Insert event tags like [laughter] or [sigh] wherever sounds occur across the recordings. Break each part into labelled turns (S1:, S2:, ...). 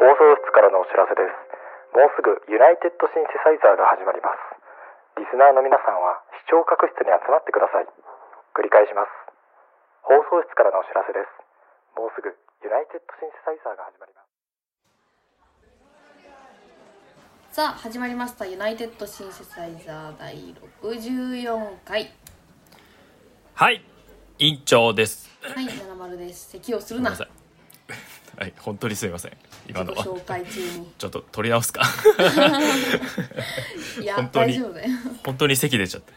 S1: 放送室からのお知らせですもうすぐユナイテッドシンセサイザーが始まりますリスナーの皆さんは視聴覚室に集まってください繰り返します放送室からのお知らせですもうすぐユナイテッドシンセサイザーが始まります
S2: さあ始まりました「ユナイテッドシンセサイザー第64回
S3: はい、院長です。」
S2: はい70です咳をする
S3: ご
S2: な
S3: め
S2: ん
S3: なさい。はい、 [laughs] 本当にすみません。今
S2: 自
S3: の
S2: 己
S3: は。
S2: 紹介中に
S3: ちょっと取り直すか。 [laughs]
S2: いや
S3: 本当
S2: 大
S3: に
S2: 丈夫だよ
S3: 本当に席出ちゃって。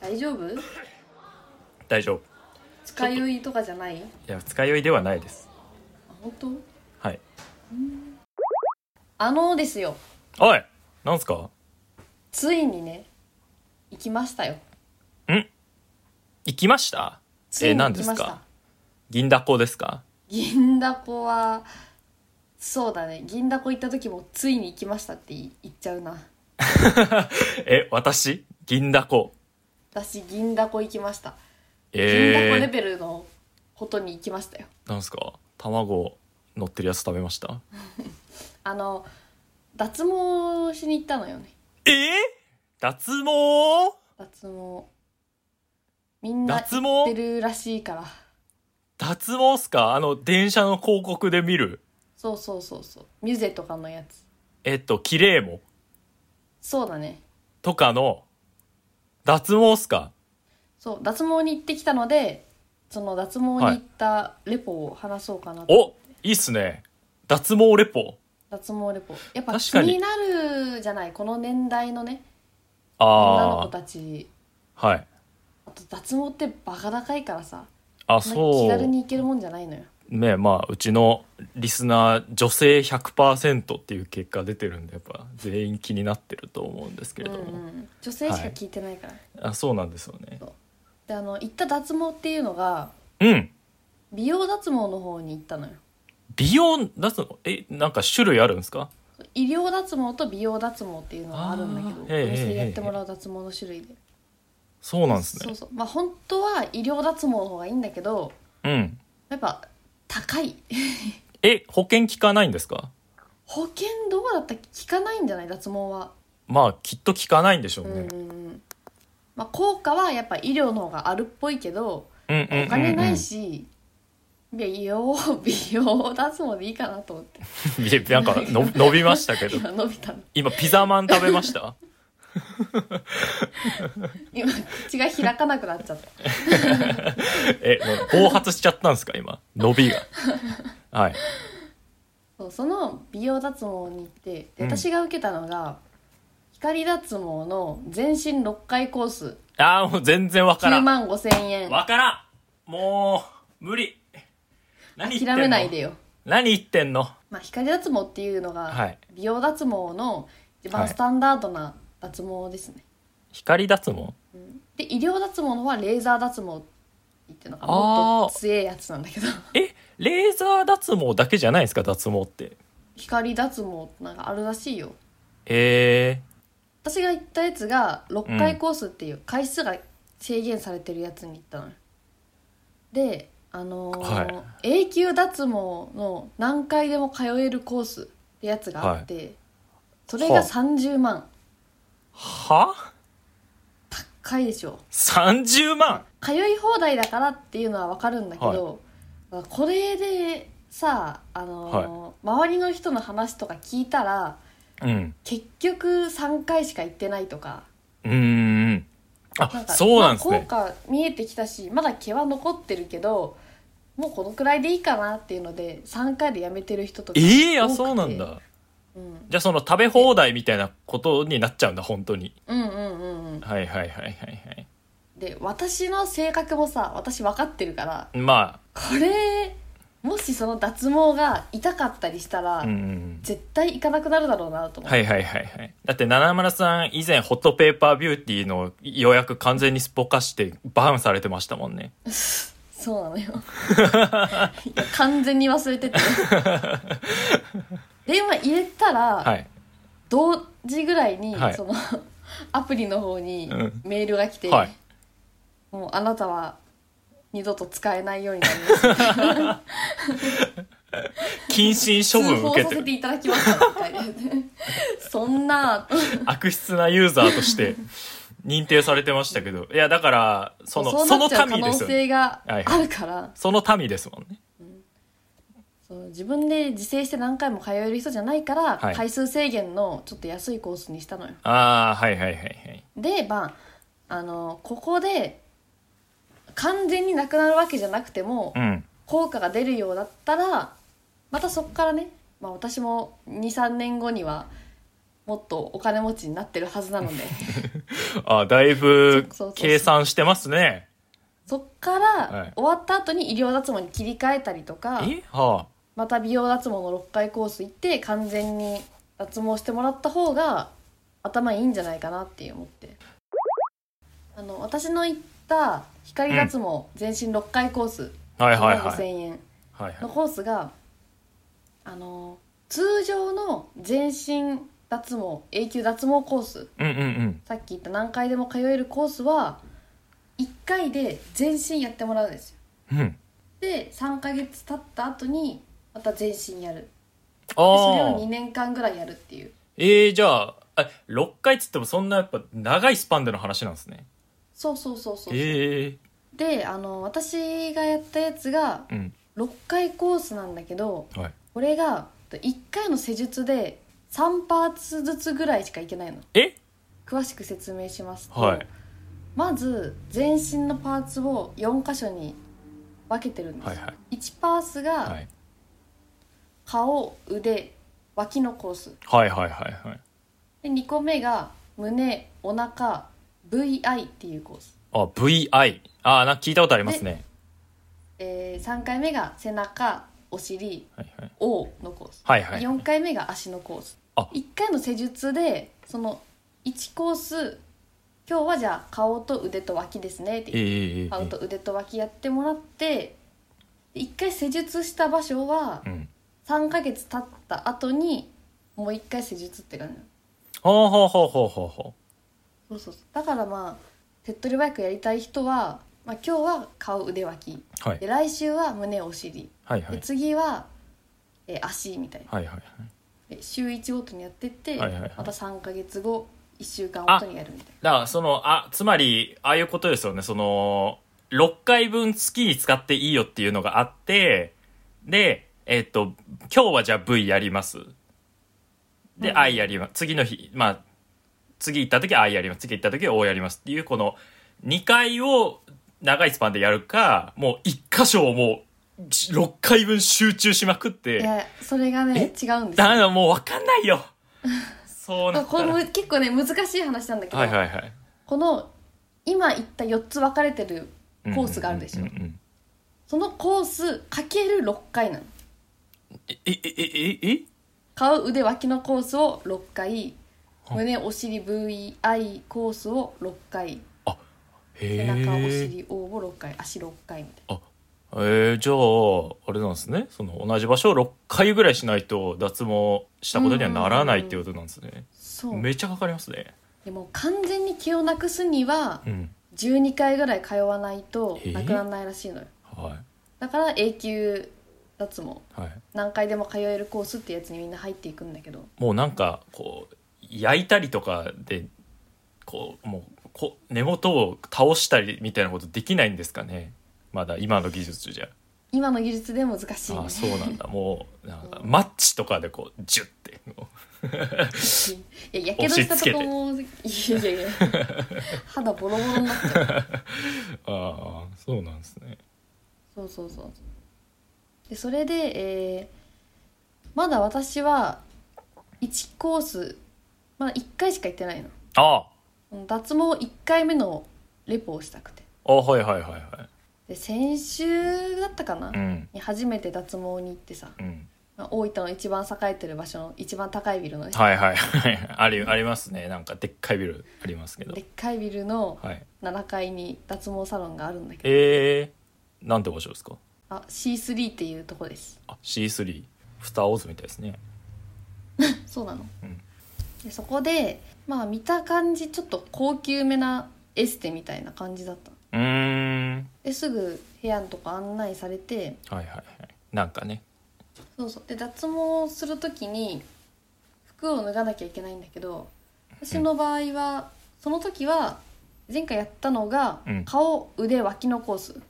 S2: 大丈夫
S3: 大丈夫。
S2: 使い酔いとかじゃない
S3: いや、二日酔いではないです。
S2: あ本当
S3: はい。
S2: あのですよ
S3: おい、なんすか。
S2: ついにね行きましたよ
S3: 行きました。
S2: つ
S3: え
S2: い
S3: ー、
S2: に行
S3: 何で
S2: き
S3: す
S2: ました、
S3: か。銀だこですか。 [laughs]
S2: 銀だこはそうだね銀だこ行った時もついに行きましたって言っちゃうな
S3: え、私、銀だこ。
S2: 私銀だこ行きました、銀だこレ
S3: え
S2: ベルのことに行きましたよ
S3: ー、なんすか。卵乗ってるやつ食べました。
S2: あの脱毛しに行ったのよね
S3: えー、脱毛。
S2: 脱毛みんな
S3: 脱毛
S2: 行ってるらしいから
S3: 脱毛っすか。あの電車の広告で見る。
S2: そうそうそうそうミュゼとかのやつ
S3: えっと、綺麗も。
S2: そうだね
S3: とかの脱毛っすか
S2: そう脱毛に行ってきたのでその脱毛に行ったレポを話そうかなと、
S3: おいいっすね脱毛レポ
S2: 脱毛レポやっぱ
S3: 確
S2: 気
S3: かに
S2: になるじゃないこの年代のね女の子
S3: あ
S2: たち
S3: あはい
S2: あと脱毛ってバカ高いからさ
S3: あ
S2: そんな気
S3: そ
S2: 軽
S3: う
S2: に行けるもんじゃないのよ
S3: ねまあうちのリスナー女性100%っていう結果出てるんでやっぱ全員気になってると思うんですけれ
S2: う
S3: ど
S2: ん
S3: も、
S2: うん、女性しか聞いてないから、
S3: あそうなんですよね
S2: であの行った脱毛っていうのが
S3: うん
S2: 美容脱毛の方に行ったのよ
S3: 美容脱毛えなんか種類あるんですか
S2: 医療脱毛と美容脱毛っていうのがあるんだけど
S3: あ
S2: お
S3: ーへいへいへい
S2: 店でやってもらう脱毛の種類で
S3: そうなんです
S2: そ
S3: ね
S2: うそうまあ本当は医療脱毛の方がいいんだけど
S3: うん
S2: やっぱ高い [laughs]
S3: え保険効かないんですか
S2: 保険どうだったっけ効かないんじゃない脱毛は
S3: まあきっと効かないんでしょう
S2: うん
S3: ね、
S2: うんうんまあ効果はやっぱ医療の方があるっぽいけど
S3: うん、うんうんうん
S2: お金ないし、いや美容 [laughs] 美容脱毛でいいかなと思って
S3: [laughs] いやなんかの伸びましたけど
S2: 今伸びたの
S3: 今ピザマン食べました
S2: 今口が開かなくなっちゃった
S3: え、もう暴発しちゃったんですか今伸びがはい
S2: そうその美容脱毛に行ってで
S3: うん
S2: 私が受けたのが、光脱毛の全身6回コース
S3: ああもう全然わから
S2: 9
S3: んわ
S2: 万5千円
S3: からんもう無理何言ってんの
S2: 諦めないでよ、
S3: 何言ってんの
S2: まあ、光脱毛っていうのが、
S3: はい
S2: 美容脱毛の一
S3: は
S2: 番
S3: い
S2: スタンダードな脱毛ですね、
S3: 光脱毛
S2: で医療脱毛のはレーザー脱毛って言ってるのが
S3: あー
S2: もっと強いやつなんだけど [laughs]
S3: えレーザー脱毛だけじゃないですか脱毛って
S2: 光脱毛ってなんかあるらしいよ
S3: え
S2: 私が行ったやつが6回コースっていう回数が制限されてるやつに行ったのよであのー
S3: は
S2: 永久脱毛の何回でも通えるコースってやつがあって、それが
S3: はあ
S2: 30万
S3: ー、は
S2: 回でしょ
S3: ?30 万
S2: 通い放題だからっていうのは分かるんだけど、これでさあのー周りの人の話とか聞いたら
S3: うん
S2: 結局3回しか行ってないとか
S3: うーん
S2: な
S3: あ
S2: んか
S3: そうなんですね
S2: まあ効果見えてきたしまだ毛は残ってるけどもうこのくらいでいいかなっていうので3回でやめてる人とか
S3: えー、あ
S2: 多くて
S3: そうなん、だ
S2: うん、
S3: じゃあその食べ放題みたいなことになっちゃうんだ本当に
S2: うんうんうんうん
S3: はいはいはいはいはい
S2: で私の性格もさ私分かってるから
S3: ま
S2: これもしその脱毛が痛かったりしたら、
S3: あ、うんうん、
S2: 絶対行かなくなるだろうなと思って、
S3: はいはいはいはい。だって、七村さん以前、ホットペーパービューティーの予約完全にすっぽかして、バウンされてましたもんね。
S2: そうなのよいや完全に忘れ
S3: [laughs]
S2: ててで今入れたら、
S3: はい。
S2: 同時ぐらいに、
S3: はい
S2: その [laughs] アプリの方に
S3: うん
S2: メールが来て、
S3: はい
S2: もうあなたは二度と使えないようになります
S3: 謹慎 [laughs] 処
S2: 通
S3: 分
S2: 報
S3: 受け
S2: さ
S3: て
S2: せ
S3: る
S2: ていただきましたみたいなね [laughs] そんな
S3: 悪質なユーザーとして認定されてましたけどいやだからその
S2: そ
S3: そ
S2: な
S3: うの
S2: っちゃう可
S3: 民で
S2: 能
S3: すよね
S2: 性が
S3: はい
S2: あるから
S3: その民ですもんね
S2: そう自分で自制して何回も通える人じゃないから、
S3: はい
S2: 回数制限のちょっと安いコースにしたのよ
S3: ああはいはいはいはい
S2: でまああのここで完全になくなるわけじゃなくても、
S3: うん
S2: 効果が出るようだったらまたそこからね、まあ、私も23年後にはもっとお金持ちになってるはずなの
S3: [laughs]
S2: で
S3: あだいぶ
S2: そうそうそう
S3: 計算してますね
S2: そっか
S3: はい
S2: ら終わった後に医療脱毛に切り替えたりとか
S3: えは
S2: また美容脱毛の6回コース行って完全に脱毛してもらった方が頭いいんじゃないかなって思ってあの私の行った光脱毛全身6回コース、
S3: あはい
S2: 1
S3: はい
S2: 万
S3: は
S2: 5000
S3: い
S2: 円
S3: はい
S2: の
S3: は
S2: コースがあの通常の全身脱毛永久脱毛コース
S3: いうんうんうん
S2: さっき言った何回でも通えるコースは1回で全身やってもらうんですよ
S3: うん
S2: で3ヶ月経った後にまた全身やるでそれ
S3: あ
S2: を2
S3: あ
S2: 年間ぐらいやるっていう
S3: えー、じゃああ6回っつってもそんなやっぱ長いスパンでの話なんですね
S2: そうそうそうそうそう、
S3: え
S2: であの私がやったやつが
S3: えうん
S2: 6回コースなんだけど
S3: はい
S2: これが1回の施術で3パーツずつぐらいしかいけないの
S3: え
S2: 詳しく説明しますと、
S3: はい
S2: まず全身のパーツを4箇所に分けてるんです、
S3: はいはい
S2: 1パース
S3: は
S2: が
S3: い
S2: 顔腕脇のコース
S3: はいはいはいはい
S2: で2個目が胸お腹 VI っていうコース、
S3: あ VI あーなんか聞いたことありますね
S2: え3回目が背中お尻
S3: はいはい
S2: O のコース、
S3: はいはい
S2: 4回目が足のコース
S3: あ
S2: 1回の施術でその1コース今日はじゃあ顔と腕と脇ですねって
S3: えええええ
S2: 顔と
S3: え
S2: 腕と脇やってもらってで一回施術した場所は
S3: うん
S2: 3ヶ月経った後にもう一回施術って感じ
S3: ほうほうほうほうほうほ
S2: そうそうそうだからまあ手っ取り早くやりたい人は、まあ、今日は顔腕脇
S3: うはい
S2: で来週は胸お尻
S3: はいは
S2: で
S3: い
S2: 次は、えー足みたいな
S3: はいはいはい
S2: で週1ごとにやってって、
S3: はいはいはい
S2: また3ヶ月後1週間ごとにやるみたいな
S3: だからそのあつまりああいうことですよねその6回分月に使っていいよっていうのがあってでえっ、と今日はじゃあ V やりますで、
S2: うん
S3: I やります次の日まあ次行った時は I やります次行った時は O やりますっていうこの2回を長いスパンでやるかもう1箇所をもう6回分集中しまくって
S2: いやそれがね違うんです
S3: だか
S2: よ
S3: らもう分かんな
S2: [laughs]
S3: いよそうなった
S2: これ
S3: ら
S2: も
S3: はい
S2: 結構ね難しい話なんだけど、
S3: はいはい
S2: この今言った4つ分かれてるコースがあるでしょ、
S3: うんうんうんうん
S2: そのコースかける6回なの
S3: えええええ
S2: 顔腕脇のコースを6回
S3: はい
S2: 胸お尻 VI コースを6回背
S3: え
S2: 中お
S3: へ
S2: 尻 O を6回足6回みたい
S3: ええー、じゃああれなんですねその同じ場所を6回ぐらいしないと脱毛したことにはならないっていうことなんですね
S2: なそう
S3: めっちゃかかりますね
S2: でも完全に毛をなくすには
S3: うん
S2: 12回ぐらい通わないと
S3: えー
S2: なくならないらしいのよ
S3: は
S2: だから永久脱毛
S3: いはい
S2: 何回でも通えるコースってやつにみんな入っていくんだけど
S3: もうなんかこう焼いたりとかでこうもうこ根元を倒したりみたいなことできないんですかねまだ今の技術じゃ
S2: 今の技術で難しいね
S3: あそうなんだもうなんかマッチとかでこうジュッてこう
S2: いややけどしたとこもいやいやいや肌ボロボロになっちゃう
S3: ああそうなんですね
S2: そうそうそうでそれで、えーまだ私は1コースまだ1回しか行ってないの
S3: あ
S2: 脱毛1回目のレポをしたくて
S3: ああはいはいはいはい
S2: で先週だったかな、
S3: うん
S2: に初めて脱毛に行ってさ、
S3: うん
S2: まあ大分の一番栄えてる場所の一番高いビルのね、
S3: はいはいはい [laughs] ありありますねなんかでっかいビルありますけど
S2: でっかいビルの
S3: はい
S2: 7階に脱毛サロンがあるんだけど
S3: えー、なんて場所ですか
S2: あ C3 っていうとこです
S3: あ C3 フタオズみたいですね
S2: そうなの、
S3: うん
S2: でそこでまあ見た感じちょっと高級めなエステみたいな感じだった
S3: うーん
S2: ですぐ部屋のとこ案内されて
S3: はいはいはいなんかね
S2: そうそうで脱毛する時に服を脱がなきゃいけないんだけど私の場合はその時は前回やったのが
S3: うん
S2: 顔腕脇のコース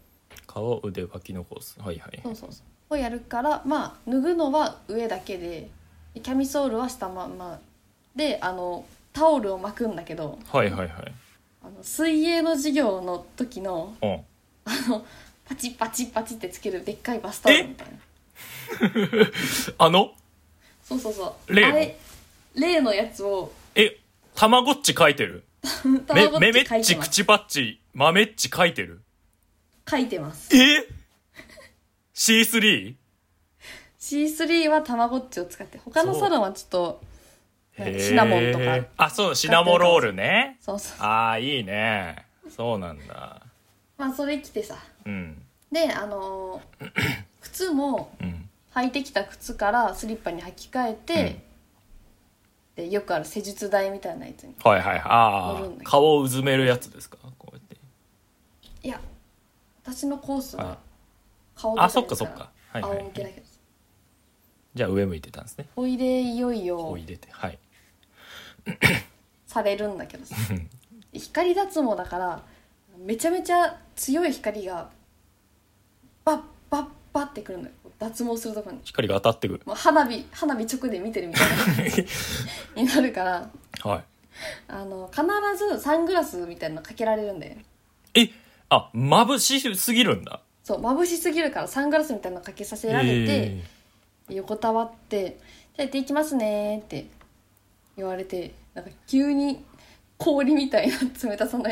S3: 顔腕脇のコースはいはい
S2: そうそうそうをやるからまあ脱ぐのは上だけででキャミソールは下まんまであのタオルを巻くんだけど
S3: はいはいはい
S2: あの水泳の授業の時の
S3: うん
S2: パチパチパチってつけるでっかいバスタオルみたいな
S3: あの
S2: そうそうそう
S3: 例の
S2: あれ例のやつを
S3: えたまごっち書いてるめ
S2: 卵
S3: めめ
S2: て書
S3: っ
S2: いて
S3: ち
S2: ます
S3: 口パッチ豆っち書いてる
S2: 書いてます
S3: え C3?
S2: C3 はたまごっちを使って他のサロンはちょっとなんかシナモンと
S3: へー
S2: か
S3: あそうシナモロールね
S2: そうそう
S3: ああいいねそうなんだ
S2: まあそれ着てさ
S3: うん
S2: であの
S3: [clears throat]
S2: ー靴も
S3: うん
S2: 履いてきた靴からスリッパに履き替えて、でよくある施術台みたいなやつに
S3: はいはいあ
S2: 乗るんだ
S3: あ
S2: けど
S3: 顔をうずめるやつですかこうやって
S2: いや私のコース
S3: はい
S2: は顔
S3: あそっかそっかはいは
S2: 仰向けだ
S3: い
S2: けどさ
S3: じゃあ上向いてたんですね
S2: おいでいよい
S3: こう
S2: よ
S3: 入れてはい
S2: されるんだけどさ光脱毛だからめちゃめちゃ強い光がバッバッバッってくるのよ脱毛するとこに
S3: 光が当たってくる [laughs]
S2: もう花火花火直で見てるみたいなになるから
S3: は
S2: あの必ずサングラスみたいなのかけられるんで
S3: いえあ眩しすぎるんだ
S2: そう眩しすぎるからサングラスみたいなのかけさせられて、横たわって「じゃあやっていきますね」って言われてなんか急に氷みたいな冷たさの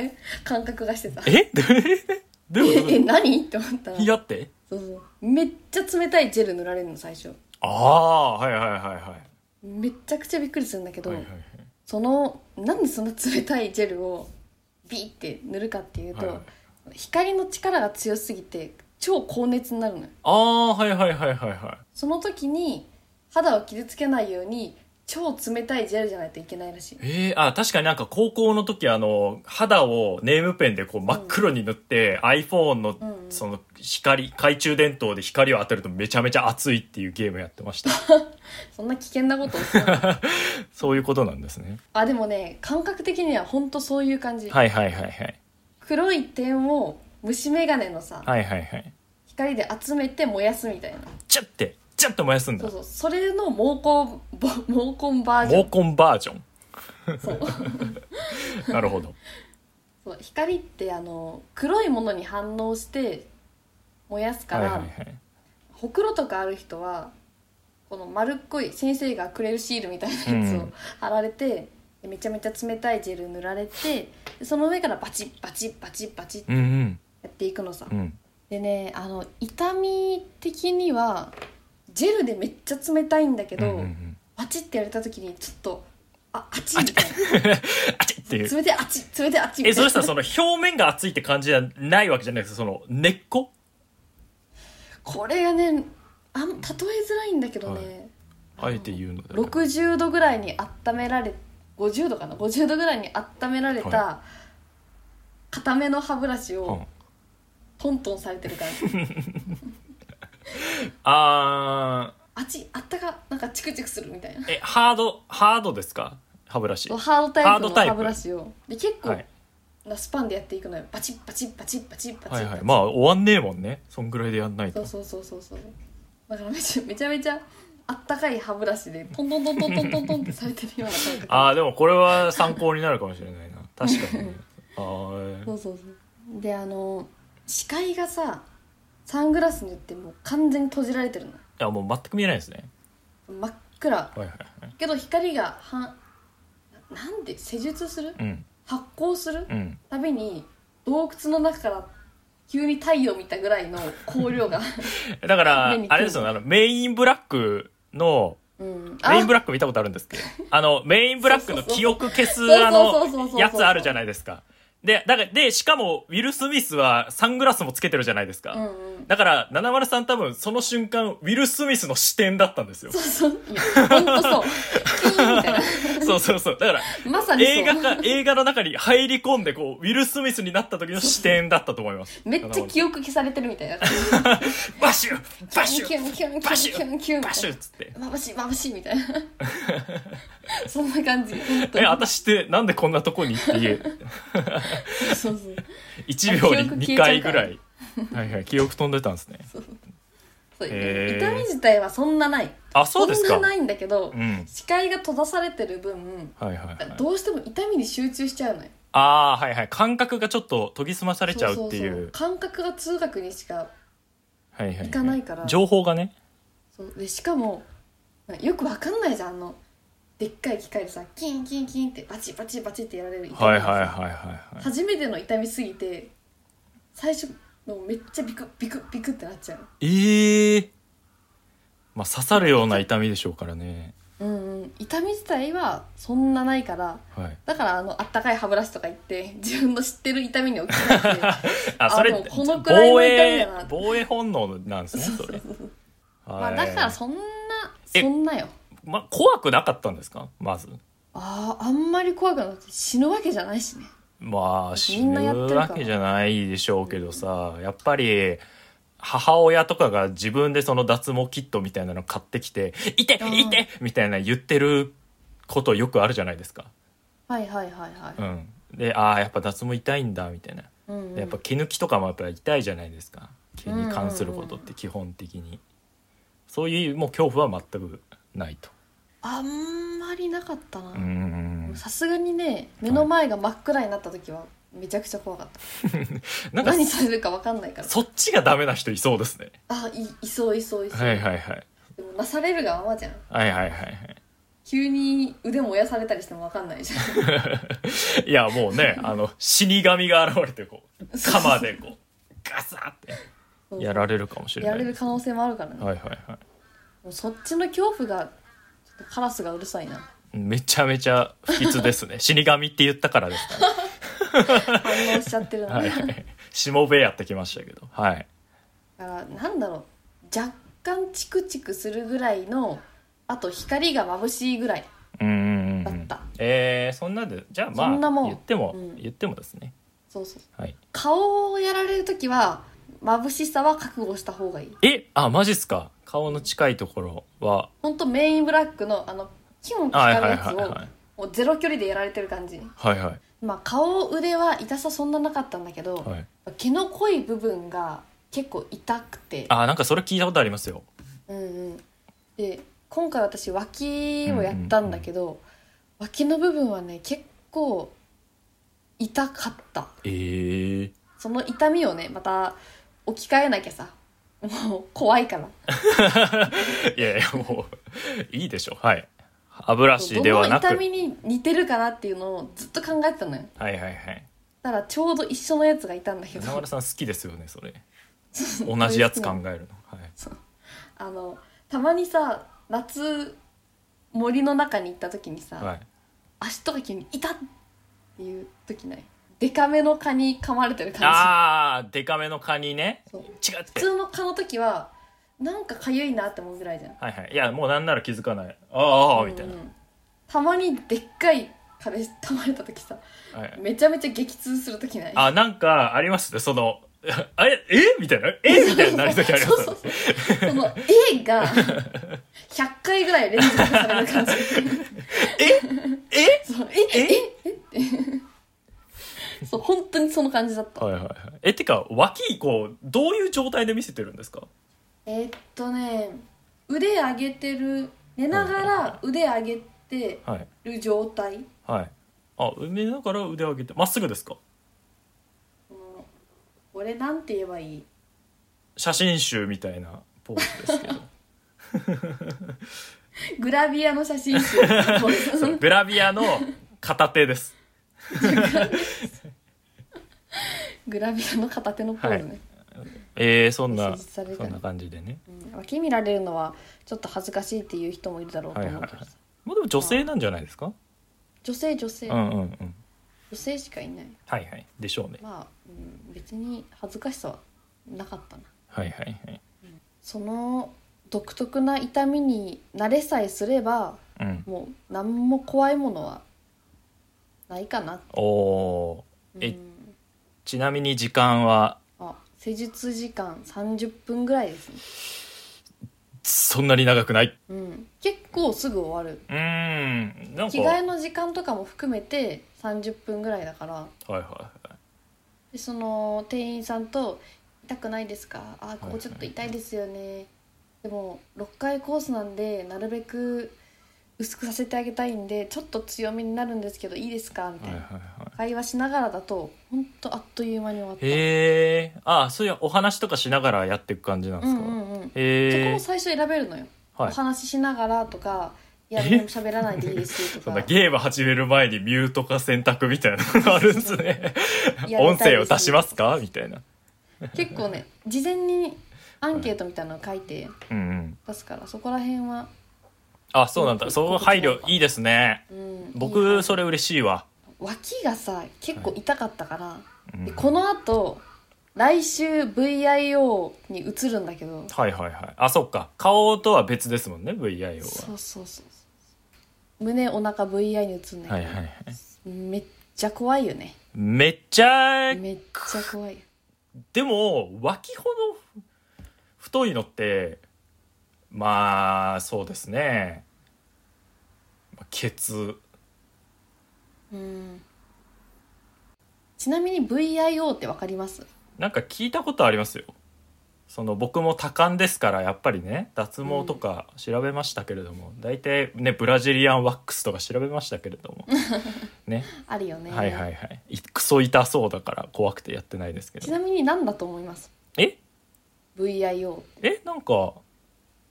S2: 感覚がしてた
S3: えー、えどういうこと [laughs]
S2: え何って思ったら
S3: やって
S2: そうそうめっちゃ冷たいジェル塗られるの最初
S3: ああはいはいはいはい
S2: めっちゃくちゃびっくりするんだけど、
S3: はいはいはい
S2: そのなんでそんな冷たいジェルをビーって塗るかっていうと、
S3: はいはい
S2: 光の力が強すぎて超高熱になるのよ
S3: ああはいはいはいはいはい
S2: その時に肌を傷つけないように超冷たいジェルじゃないといけないらしい
S3: ええあ、確かになんか高校の時あの、肌をネームペンでこう真っ黒に塗って、iPhone の
S2: んうん
S3: その光、懐中電灯で光を当てるとめちゃめちゃ熱いっていうゲームやって
S2: [laughs]
S3: ました。
S2: そんな危険なことをする
S3: [laughs] そういうことなんですね。
S2: あでもね感覚的にはほんとそういう感じ、
S3: はいはいはいはい。
S2: 黒い点を虫眼鏡のさ、
S3: はいはいはい。
S2: 光で集めて燃やすみたいな
S3: ちゃって、ちゃっと燃やすん
S2: そ
S3: だ
S2: う。そうそれの毛根ぼ毛根バージョ
S3: 毛
S2: ン
S3: 根バージョン。
S2: そう
S3: [laughs] なるほど。
S2: そう光ってあの黒いものに反応して燃やすか
S3: はい
S2: ら、
S3: はいはい。
S2: ほくろとかある人はこの丸っこい先生がくれるシールみたいなやつ
S3: う
S2: を
S3: ん
S2: 貼られて、でめちゃめちゃ冷たいジェル塗られてでその上からバチッバチッバチッバチッ
S3: うんうん。
S2: やっていくのさ、
S3: うん。
S2: でねあの痛み的にはジェルでめっちゃ冷たいんだけ
S3: う
S2: ど、
S3: んうんうん。
S2: パチってやれた時にちょっとああっちみたいな
S3: あちっていう。
S2: 冷てえあっち冷てえあっちみた
S3: え、
S2: い
S3: そ
S2: な
S3: したらその表面が熱いって感じじゃないわけじゃないですその根っこ
S2: これがねあん例えづらいんだけどね、
S3: あえて言うのであれば。
S2: 60度ぐらいに温められ50度かな50度ぐらいに温められた固めの歯ブラシ
S3: うん
S2: をトントンされてる
S3: [laughs]
S2: 感じ、
S3: あー。
S2: あっちあったかなんかチクチクするみたいな
S3: えハードハードですか歯ブラシ
S2: ハードタイプ
S3: ハード
S2: の
S3: タイプ
S2: 歯ブラシをで結構
S3: はい
S2: なスパンでやっていくのよバチッバチッバチッバチッバチッ
S3: はいはい
S2: バ
S3: まあ終わんねえもんねそんぐらいでやんない
S2: チッ
S3: と
S2: そうそうそうそうそうだからめちゃめちゃめちゃあったかい歯ブラシでトントントントントントントンってされてるような感覚
S3: ああでもこれは参考になるかもしれないな確かに
S2: [laughs]
S3: ねあー
S2: そうそうそうであの視界がさサングラスによってもう完全に閉じられてるの
S3: いやもう全く見えないですね
S2: 真っ暗
S3: はいはいはい
S2: けど光がはんななんで施術する
S3: うん
S2: 発光する
S3: うん
S2: たびに洞窟の中から急に太陽見たぐらいの光量が
S3: だから
S2: 目に来る
S3: あれですよねあのメインブラックの
S2: うん
S3: メインブ
S2: ラ
S3: ラック見たことあるんですけどあのメインブラックの記憶消す
S2: そうそうそう
S3: あ
S2: そうそうそう
S3: の
S2: そう
S3: やつあるじゃないですかで、だから、で、しかも、ウィル・スミスはサングラスもつけてるじゃないですか。
S2: うんうん
S3: だから、703多分、その瞬間、ウィル・スミスの視点だったんですよ。
S2: そうそういやほんとそうキーンみたい
S3: そうそうそう。だから、
S2: なまさにそう
S3: 映画か、映画の中に入り込んで、こう、ウィル・スミスになった時の視点だったと思います。
S2: めっちゃ記憶消されてるみたいな感じ
S3: バシュバシ
S2: キ
S3: ュ
S2: ュンキュンキ
S3: バシ
S2: ュンキュンキュンキュンみたいな
S3: ュバシュっつって。
S2: 眩しい眩しいみたいなそんな感じ本当
S3: え、
S2: に
S3: 私ってなんでこんなとこにっていう、
S2: そうそう
S3: 1秒
S2: 記憶
S3: に
S2: 消
S3: 2
S2: えちゃうから
S3: 回ぐらい。はいはい、記憶飛んでたんですね。
S2: そう
S3: へー
S2: 痛み自体はそんなない
S3: あ、そうです
S2: そ
S3: か。
S2: んなないんだけど、
S3: うん。
S2: 視界が閉ざされてる分
S3: はいはい、はい。
S2: どうしても痛みに集中しちゃうのよ
S3: ああ、はいはい。感覚がちょっと研ぎ澄まされちゃうっていう。
S2: そそそ感覚が通学にしか
S3: はいはいはい。
S2: 行かないから
S3: 情報がね。
S2: そうでしかもよくわかんないじゃんあのでっかい機械でさキンキンキンってバチバチバチってやられる痛みがさ
S3: はいはいはいはいはい。
S2: 初めての痛みすぎて最初のめっちゃビクビクビクってなっちゃう
S3: ええまあ刺さるような痛みでしょうからね。
S2: うんうん痛み自体はそんなないから
S3: はい。
S2: だからあのあったかい歯ブラシとか行って自分の知ってる痛みに置き換
S3: [laughs]
S2: えて
S3: あ、それ
S2: もうこのくらいの
S3: 防
S2: 痛
S3: 衛
S2: みだな
S3: 防衛本能なんですね、それ。
S2: ま
S3: は
S2: あ
S3: い
S2: だからそんな
S3: え
S2: そんなよ
S3: まあ怖くなかったんですかまず。
S2: あーあんまり怖くなくて死ぬわけじゃないしね
S3: まあ
S2: み
S3: 死
S2: んなやってる
S3: ぬ
S2: から
S3: わけじゃないでしょうけどさ、やっぱり母親とかが自分でその脱毛キットみたいなの買ってきて「痛て
S2: うん
S3: 痛て!」みたいな言ってることよくあるじゃないですか。
S2: はいはいはいは
S3: う
S2: い、
S3: ん、でああやっぱ脱毛痛いんだみたいな。
S2: うんうん
S3: でやっぱ毛抜きとかもやっぱ痛いじゃないですか毛に関することって基本的に、そういうもう恐怖は全くないと
S2: あんまりなかった
S3: うんう
S2: なん
S3: うん
S2: さすがにね目の前が真っ暗になった時はめちゃくちゃ怖かった、
S3: なんか
S2: 何されるかわかんないから
S3: そっちがダメな人いそうですね
S2: あいいそういそういそう、
S3: はいはいはい
S2: でもなされるがままじゃん
S3: はいはいはいはい
S2: 急に腕燃やされたりしてもわかんないじゃん
S3: [laughs] いやもうねあの死神が現れてこう鎌でこうガサッ
S2: そう
S3: てやられるかもしれ
S2: や
S3: な
S2: ら
S3: い
S2: れる可能性もあるからね、
S3: はいはいは
S2: もうそっちの恐怖がちょっとカラスがうるさいない
S3: めちゃめちゃ不吉です [laughs] ね死神って言ったからですか
S2: 反応しちゃってるな、
S3: ら、 [laughs] はいはい、しもべやってきましたけどはい
S2: だからなんだろう若干チクチクするぐらいのあと光が眩しいぐらい
S3: うんうんうんう
S2: だっ
S3: ん
S2: た
S3: えー、そんなでじゃあま
S2: そんな
S3: あ
S2: もん
S3: 言っても、
S2: うん
S3: 言ってもですね
S2: そうそう
S3: はい
S2: 顔をやられる時は眩しさは覚悟した方がいい
S3: えあマジっすか顔の近いところは
S2: ほんとメインブラックのあのキュンって
S3: はい
S2: 光
S3: は
S2: る
S3: い
S2: や
S3: はい
S2: つ
S3: はい
S2: をもうゼロ距離でやられてる感じ
S3: はいはい
S2: まあ顔腕は痛さそんななかったんだけど、
S3: はい
S2: 毛の濃い部分が結構痛くて
S3: あなんかそれ聞いたことありますよ
S2: うんうんで今回私脇をやったんだけど、脇の部分はね結構痛かった
S3: えー、
S2: その痛みをねまた置き換えなきゃさもう怖いから
S3: いやいやもういいでしょはい歯ブラシではなく
S2: ど
S3: は
S2: の痛み
S3: い
S2: に似てるかなっていうのをずっと考えてたのよ
S3: はいはい
S2: たらちょうど一緒のやつがいたんだけ
S3: 花
S2: ど
S3: 丸さん好きですよねそれ同じやつ考えるのはい
S2: あのたまにさ夏森の中に行った時にさ、
S3: はい
S2: 足とか急に「痛っ!」っていう時ないデカめの蚊に噛まれてる感
S3: あーデカめのカニね
S2: そう
S3: 違っ
S2: じ普
S3: て
S2: 通の蚊の時はなんか痒いなって思うぐらいじゃん
S3: はいはいいやもうなんなら気づかないああみたいな
S2: うんうんたまにでっかい蚊で噛まれた時さ
S3: はい
S2: めちゃめちゃ激痛する時ない
S3: あ、なんかありますね、その、 [laughs] あれ、えみたいな、えみたいになりときあります
S2: そ
S3: よ
S2: う
S3: ね
S2: そうそうその「え」
S3: [laughs]
S2: が100回ぐらい連続される感じ
S3: え
S2: そうえええってそう本当にその感じだった
S3: はいはいはい。え、てか、脇、こう、どういう状態で見せてるんですか
S2: えーっとね腕上げてる寝ながら腕上げて
S3: はい。
S2: る状態
S3: はい。あ、埋めながら腕を上げて、まっすぐですか
S2: うんこれなんて言えばいい
S3: 写真集みたいなポーズ [laughs] ですけど。
S2: グラビアの写真
S3: [laughs]
S2: 集
S3: そうグラビアの片手です。
S2: グラビアの片手のポーズね、
S3: えー、そん
S2: 写
S3: な、
S2: 実さ
S3: そ
S2: れたね
S3: んな感じでね。
S2: うん脇見られるのはちょっと恥ずかしいっていう人もいるだろうと
S3: はい
S2: 思う
S3: は
S2: けど
S3: いは
S2: さ、
S3: い。まあでも女性なんじゃないですか
S2: 女性女性、
S3: うんうんうん。
S2: 女性しかいない
S3: はいはいでしょうね
S2: まあ、うん、別に恥ずかしさはなかったな
S3: はいはいはい
S2: その独特な痛みに慣れさえすれば
S3: うん
S2: もう何も怖いものはないかな
S3: おお
S2: う
S3: え
S2: ん
S3: ちなみに時間は
S2: あ施術時間30分ぐらいですね
S3: そんなに長くない
S2: うん結構すぐ終わる
S3: うーんなんか
S2: 着替えの時間とかも含めて30分ぐらいだから
S3: はいはいは
S2: でその店員さんと「痛くないですかあここちょっと痛いですよね」でも6回コースなんでなるべく薄くさせてあげたいんでちょっと強めになるんですけどいいですかみ
S3: い
S2: たい
S3: はいはい
S2: な
S3: はい
S2: 会話しながらだと本当あっという間に終わった
S3: へえあそういうお話とかしながらやっていく感じなんで
S2: う
S3: す
S2: ん
S3: か、
S2: うんうんそこも
S3: へえ
S2: 最初選べるのよ、
S3: はい
S2: お話ししながらとか「いや
S3: え
S2: 何も喋らないでいいですよ」
S3: そ
S2: と
S3: ん
S2: か
S3: なゲーム始める前にミュートか選択みたいなのがあるんですね
S2: い [laughs] や
S3: 音声を出しますかみたいな
S2: 結構ね事前にアンケートみたいなの書いて
S3: うんうん
S2: 出すからそこら辺は、
S3: あそうなんだそう配慮いいですね
S2: うん、いい
S3: 僕
S2: な
S3: それ嬉しいわ
S2: 脇がさ結構痛かったから、
S3: うん
S2: でこのあと来週 VIO に移るんだけど
S3: はいはいはいあそっか顔とは別ですもんね VIO
S2: そ
S3: は
S2: うそうそう胸お腹 VI に移ん
S3: は
S2: ないい
S3: はい
S2: けど、
S3: はい
S2: めっちゃ怖いよね
S3: めっちゃ
S2: めっちゃ怖い
S3: でも脇ほど太いのってまあそうですねまあケツ
S2: うんちなみに VIO ってわかります
S3: なんか聞いたことありますよその僕も多感ですからやっぱりね脱毛とか調べましたけれども、大体ねブラジリアンワックスとか調べましたけれど
S2: [laughs]
S3: もね
S2: あるよね
S3: はいはいはいいクソ痛そうだから怖くてやってないですけ
S2: ち
S3: ど
S2: なみに何だと思います
S3: え
S2: VIO
S3: えなんか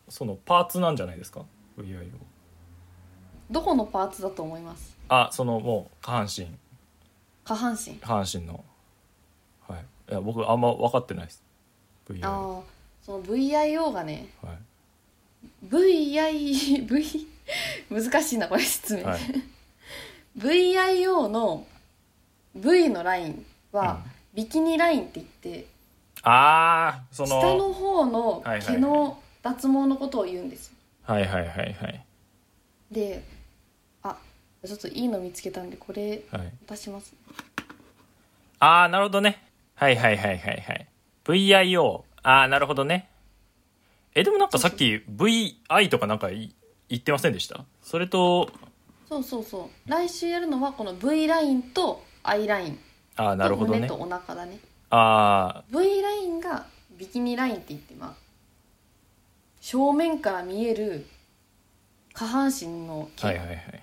S3: そのパーツなんじゃないですか VIO
S2: どこのパーツだと思います
S3: あそのもう下半身
S2: 下半身
S3: 下半身のはいいや僕あんま分かってないです VIO は
S2: ああその VIO がね
S3: い
S2: [laughs] VIV 難しいなこれ説明、
S3: はい [laughs]
S2: VIO の V のラインは
S3: うん
S2: ビキニラインって言って、
S3: ああその
S2: 下の方の
S3: はいはいはい
S2: 毛の脱毛のことを言うんですよ、
S3: はいはいはいはい
S2: であちょっといいの見つけたんでこれ
S3: はい
S2: 渡します
S3: ああ、なるほどね。はいはいはいはいはい。VIO。ああ、なるほどね。え、でもなんかさっき VI とかなんかい言ってませんでしたそれと、
S2: そうそうそう来週やるのはこの V ラインと I ライン
S3: ああ、なるほど
S2: 胸
S3: ね
S2: と。お腹だね
S3: あ
S2: V ラインがビキニラインって言ってまあ正面から見える下半身の
S3: あ、
S2: 毛、
S3: はいはいはいはい。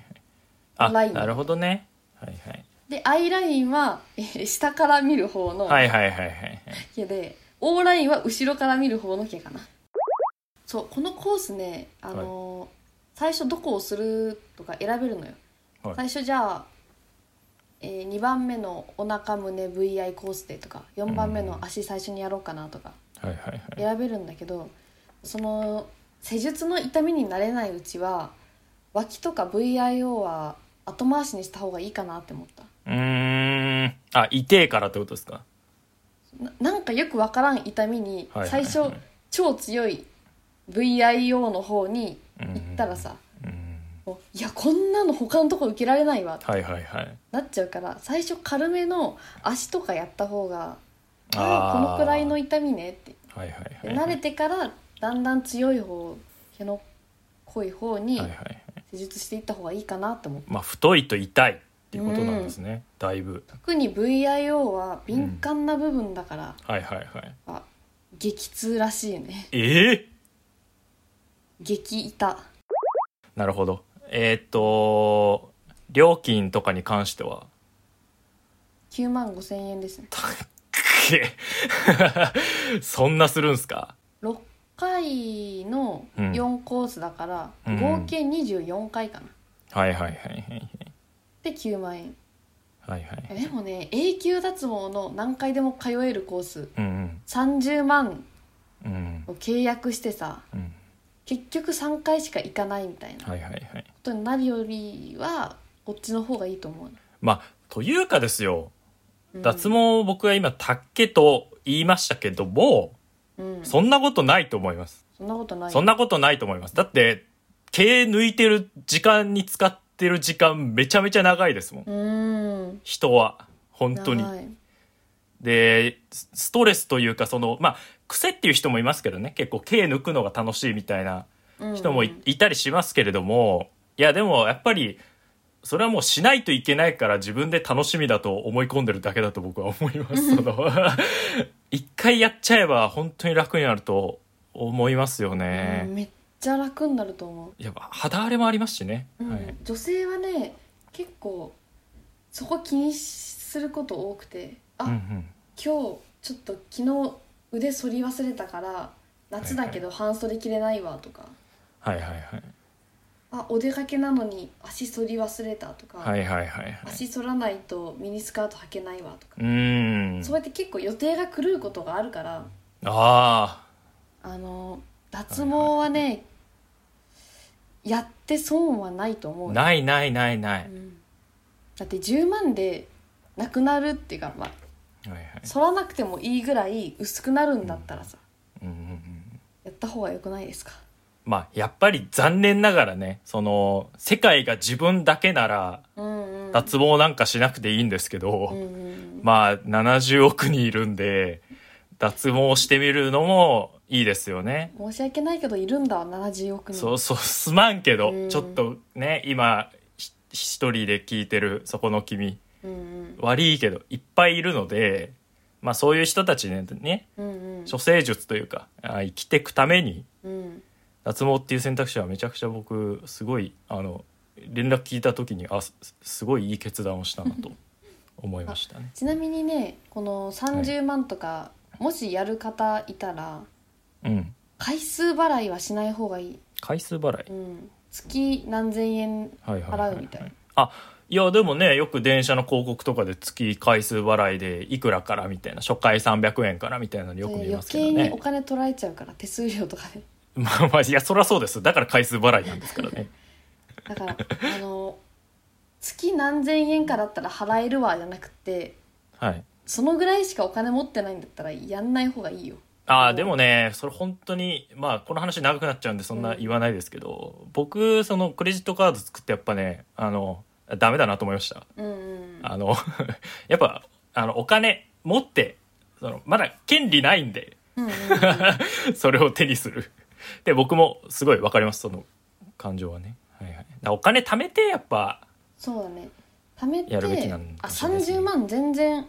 S3: あ、
S2: ライン
S3: なるほどね。はいはい。
S2: で I ラインは、えー下から見る方の
S3: はいはいはいはいはい。
S2: 毛で、O ラインは後ろから見る方の毛かなそうこのコースねあのー最初どこをするとか選べるのよ、
S3: はい
S2: 最初じゃあ、え2番目のお腹胸 VI コースでとか4番目の足最初にやろうかなとか、
S3: はいはいはい。
S2: 選べるんだけどその施術の痛みになれないうちは脇とか VIO は後回しにした方がいいかなって思った
S3: うーん。あ、痛えからってことですか
S2: ななんかよくわからん痛みに
S3: はいは
S2: 最
S3: いはい
S2: 初超強い VIO の方に行ったらさ
S3: うん。
S2: もういやこんなの他のとこ受けられないわって
S3: はいはいはい。
S2: なっちゃうから最初軽めの足とかやった方が
S3: あ
S2: あ
S3: ー
S2: このくらいの痛みねって
S3: はいはい
S2: で
S3: はい。
S2: 慣れてからだんだん強い方毛の濃い方に
S3: はいはいはい。
S2: 施術していった方がいいかなと思う
S3: まあ、太いと痛いっていうことなんですね。だいぶ。
S2: 特に VIO は敏感な部分だから、
S3: はいはいはい。
S2: あ激痛らしいね
S3: ええ
S2: 激痛
S3: なるほど。えーっと、料金とかに関しては、
S2: 9万5千円ですね
S3: くっ [laughs] そんなするんすか
S2: 6回の
S3: うん
S2: 4コースだから、
S3: うん
S2: 合計24回かな
S3: はいはいはいはい。
S2: で9万円
S3: はいはい。
S2: でもね永久脱毛の何回でも通えるコース
S3: うん
S2: 30万
S3: うん。うん
S2: を契約してさ
S3: うん。
S2: 結局3回しか行かないみたいなこ
S3: はいはいはい。
S2: とになるよりはこっちの方がいいと思う
S3: まあ、というかですよ、
S2: うん
S3: 脱毛を僕は今、竹と言いましたけども、
S2: うん、そ
S3: そんなことないと思います。
S2: んなことない
S3: そんなことないと思います。だって、毛抜いてる時間に使ってる時間めちゃめちゃ長いですもん。
S2: うーん
S3: 人は。本当に。
S2: 長い
S3: で、スストレスというか、その、まあ、癖っていう人もいますけどね、結構毛抜くのが楽しいみたいな
S2: うん
S3: 人もい,、
S2: うん
S3: たりしますけれども、いや、でもやっぱり、それはもうしないといけないから自分で楽しみだと思い込んでるだけだと僕は思
S2: [laughs]
S3: います。その、一回やっちゃえば本当に楽になると思いますよね。
S2: うんめっちゃ楽になると思
S3: やっぱ肌荒れもありますしね、
S2: う、うん
S3: はい、
S2: 女性はね結構そこ気にすること多くてあ、
S3: うんうん
S2: 今日ちょっと昨日腕反り忘れたから夏だけど半袖着れないわとか、
S3: はいはいはい
S2: あお出かけなのに足反り忘れたとか、
S3: はいはいはいはい
S2: 足反らないとミニスカート履けないわとか、
S3: うーん
S2: そうやって結構予定が狂うことがあるから
S3: あ
S2: あの脱毛はね、やって損はないと思
S3: あ
S2: うよ
S3: ないないないな
S2: う
S3: い、
S2: んだって10万でなくなるっていうか、まあ、
S3: はいはい
S2: 反らなくてもいいぐらい薄くなるんだったらさ、
S3: うんうんうん
S2: やった方が良くないですか
S3: まあやっぱり残念ながらねその世界が自分だけなら
S2: うんうん
S3: 脱毛なんかしなくていいんですけど、
S2: うんうん
S3: まあ70億人いるんで脱毛してみるのもいいですよね、
S2: 申し訳ないけどいるんだ70億人
S3: そうそうすまんけど、
S2: うん
S3: ちょっとね今ひ一人で聞いてるそこの君
S2: うん
S3: 悪いけどいっぱいいるので、まあ、そういう人たちねね
S2: うんうんうん
S3: 処世術というかあ生きていくために
S2: うん
S3: 脱毛っていう選択肢はめちゃくちゃ僕すごいあの連絡聞いた時にあすすごいいい決断をしたな
S2: [laughs]
S3: と思いましたね。
S2: ちなみにねこの30万とか、もしやる方いたら
S3: うん、
S2: 回数払いはしない方がいい、
S3: 回数払
S2: う
S3: い、
S2: ん、月何千円
S3: はいはいは
S2: 払
S3: いは、
S2: うみたいない
S3: あいやでもねよく電車の広告とかで月回数払いでいくらからみたいな初回300円からみたいなのよく見
S2: で
S3: ま
S2: 余
S3: すけど
S2: 計
S3: ね
S2: にお金取られちゃうから手数料とかで
S3: [laughs] まあまあいやそりゃそうですだから回数払いなんですから
S2: [laughs]
S3: ね
S2: だからあの月何千円かだったら払えるわじゃなくて
S3: はい
S2: そのぐらいしかお金持ってないんだったらやんない方がいいよ
S3: あ
S2: う
S3: あ
S2: ん
S3: でもねそれ本当にまあこの話長くなっちゃうんでそんな
S2: うん
S3: 言わないですけど、僕そのクレジットカード作ってやっぱねあのダメだなと思いました、
S2: うんうん
S3: あの [laughs] やっぱあのお金持ってそのまだ権利ないんで
S2: うんうん
S3: それを手にするで僕もすごいわかりますその感情はね、はいはい、だからお金貯めてやっぱ
S2: そうだね貯めて
S3: やるべきなのかもしれない
S2: あ
S3: ですね
S2: 30万全然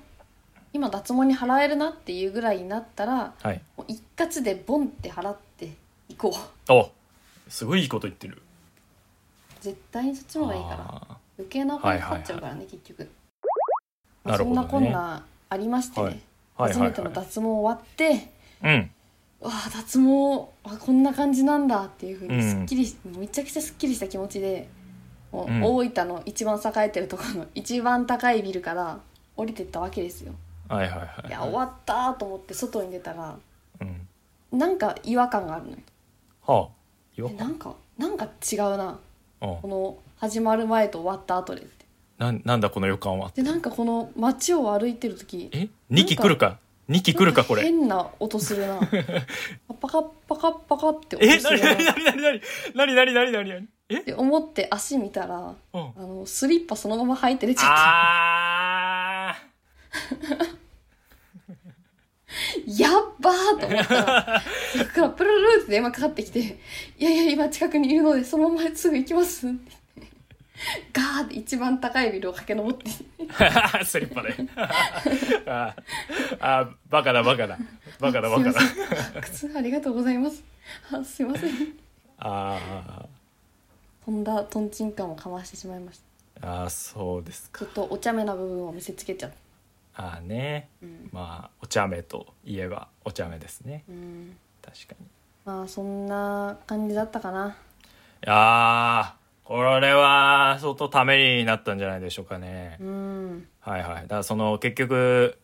S2: 今脱毛に払えるなっていうぐらいになったら
S3: はい
S2: もう一括でボンって払っていこう
S3: おすごいいいこと言ってる
S2: 絶対にそっちの方がいいから
S3: あ
S2: 余計なお金かかっちゃうからね、結局、まあ
S3: なる
S2: そん
S3: ほど
S2: な
S3: ね
S2: こんなありましてね、
S3: はいーはい
S2: 初
S3: はい
S2: めての
S3: は
S2: 脱毛終わって
S3: いうん
S2: わあ脱毛あこんな感じなんだっていうふう
S3: う
S2: に
S3: ん
S2: すっきりし、めちゃくちゃすっきりした気持ちでもう
S3: うん
S2: 大分の一番栄えてるところの一番高いビルから降りてったわけですよ
S3: はいはいはい
S2: いや終わったーと思って外に出たら
S3: うん
S2: なんか違和感があるのよ
S3: はあよ
S2: えなんかなんか違うな
S3: うん
S2: この始まる前と終わった後でって
S3: なんなんだこの予感は
S2: でなんかこの街を歩いてる時
S3: え二2期来るか2期来るかこ
S2: なん
S3: れ
S2: 変な音す
S3: [laughs]
S2: るなパカッパカッパカって音
S3: え
S2: す
S3: なに
S2: る
S3: な
S2: なっ
S3: になになになになになになになになにえ
S2: て思って足見たら
S3: うん
S2: あのスリッパそのまま履いて出ちゃっ
S3: あ
S2: たやっばーと思った
S3: [laughs]
S2: らそこからプルルルって電話かかってきて「いやいや今近くにいるのでそのまますぐ行きます」って言ってガーって一番高いビルを駆け上って
S3: ー [laughs] スリッパであーあーバカだバカだバカだバカだ
S2: すいません靴ありがとうございますあすいません
S3: あ
S2: とんだとんちんかんをかましてしまいまし
S3: ーあーそうです
S2: たちょっとお茶目な部分を見せつけちゃった
S3: ああね
S2: うん、
S3: まあお茶目といえばお茶目ですね
S2: うん、
S3: 確かに
S2: まあそんな感じだったかない
S3: やーこれは相当ためになったんじゃないでしょうかね
S2: うん
S3: はいはい。だからその結局、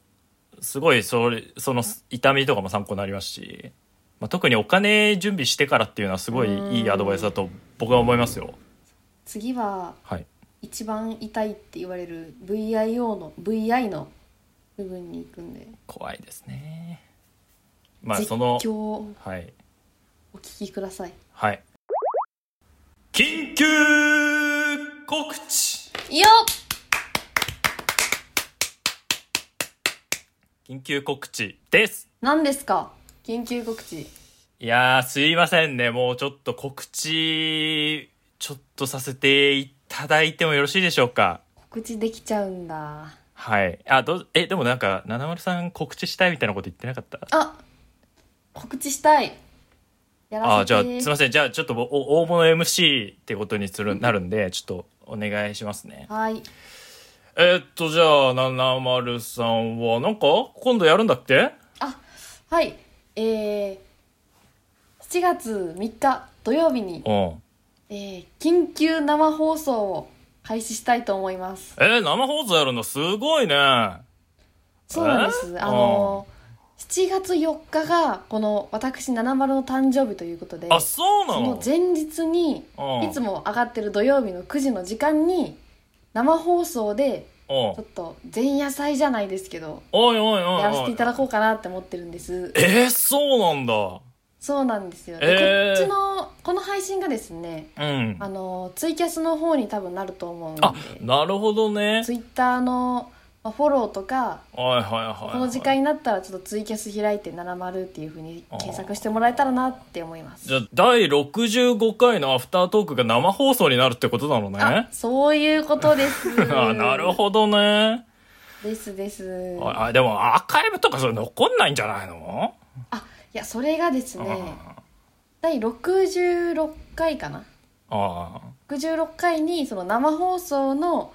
S3: すごいそれ、その痛みとかも参考になりますし、まあ、特にお金準備してからっていうのはすご
S2: うん
S3: いいいアドバイスだと僕は思いますよ。
S2: 次は
S3: はい。
S2: 一番痛いって言われる VIO の VI の部分に行くんで、
S3: 怖いですねまあ
S2: 絶
S3: そ
S2: 叫
S3: の
S2: を
S3: はい
S2: お聞きください
S3: はい緊急告知
S2: いいよ
S3: 緊急告知です
S2: 何ですか緊急告知
S3: いやー、すいませんね。もうちょっと告知、ちょっとさせていただいてもよろしいでしょうか。
S2: 告知できちゃうんだ
S3: はい。あ、どう、え、でもなんか、七丸さん告知したいみたいなこと言ってなかった
S2: あ告知したいやらせて
S3: あ、じゃあ、すいません。じゃあ、ちょっとお、お大物 MC ってことにする、なるんで、ちょっと、お願いしますね。
S2: はい
S3: えーっと、じゃあ、七丸さんは、なんか、今度やるんだっけ
S2: あはいえー、7月3日土曜日に
S3: う、ん。
S2: え
S3: え
S2: ー、緊急生放送を開始したいと思います
S3: ー生放送やるのすごいね。
S2: そうなんです、
S3: え
S2: あの7月4日がこの私70の誕生日ということで
S3: あ、そうな
S2: その
S3: の
S2: 前日に
S3: うん
S2: いつも上がってる土曜日の9時の時間に生放送で
S3: うん
S2: ちょっと前夜祭じゃないですけど
S3: おいおいおいおい。
S2: やらせていただこうかなって思ってるんです
S3: えー、そうなんだ。
S2: そうなんですよ、で
S3: えー
S2: こっちのこの配信がですね
S3: うん。
S2: あのツイキャスの方に多分なると思うんで
S3: あ、なるほどね。
S2: ツイッターのまあフォローとか
S3: はいはいはいはい。
S2: この時間になったらちょっとツイキャス開いて「70」っていうふうに検索してもらえたらなって思います
S3: じゃあ、第65回のアフタートークが生放送になるってことなの
S2: あ
S3: ね。
S2: そういうことです
S3: [laughs] あ、なるほどね。
S2: どですです
S3: あ、あでもアーカイブとかそれ残んないんじゃないの
S2: あいやそれがですね
S3: あ
S2: 第66回かな
S3: あ
S2: 66回にその生放送の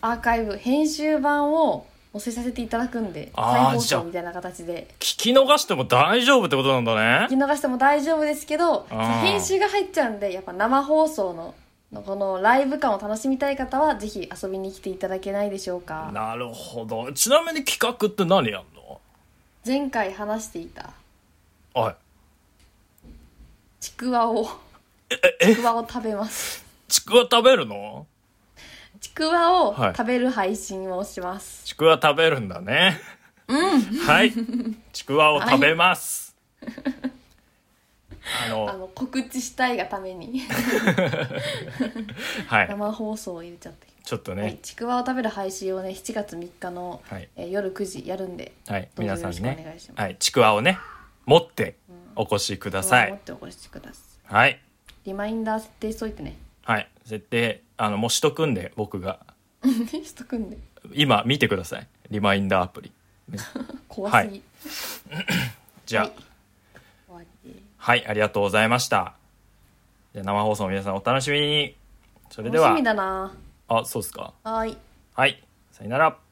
S2: アーカイブ編集版をお載せさせていただくんで
S3: あー
S2: 再放
S3: じゃあ
S2: 送みたいな形で
S3: 聞き逃しても大丈夫ってことなんだ
S2: 聞き
S3: ね。
S2: 逃しても大丈夫ですけど
S3: あー
S2: 編集が入っちゃうんでやっぱ生放送ののこのライブ感を楽しみたい方はぜひ遊びに来ていただけないでしょうか
S3: なるほど。ちなみに企画って何やんの
S2: 前回話していた
S3: はい。
S2: ちくわをちくわを食べます
S3: ちくわ食べるの
S2: ちくわを
S3: はい
S2: 食べる配信をします、
S3: ちくわ食べるんだね。はい。ちくわを食べます。あ
S2: あ
S3: の、
S2: の告知したいがために
S3: はい。
S2: 生放送を入れちゃって
S3: ちょっと
S2: はい
S3: ね、、
S2: ちくわを食べる配信をね7月3日の、
S3: はい
S2: えー夜9時やるんで
S3: はい、
S2: どうぞ
S3: 皆さん
S2: よろしくお願
S3: ね
S2: いし、ます
S3: はい、ちくわをね、持ってお越しくださ
S2: 持っ
S3: い。
S2: てお越しください
S3: はい。
S2: リマインダー設定しといてね
S3: はい。設定、あの、もうしとくんで、僕が。
S2: しとくん [laughs] で
S3: 今、見てください。リマインダーアプリ。
S2: 怖すぎ、
S3: はいじゃあ、
S2: は
S3: はいい、
S2: 終わり
S3: ありがとうございました。じゃあ生放送皆さんお楽しみに。それで
S2: 楽し
S3: は
S2: み、だな
S3: あ、そうですか。
S2: はーい
S3: はい。さよなら。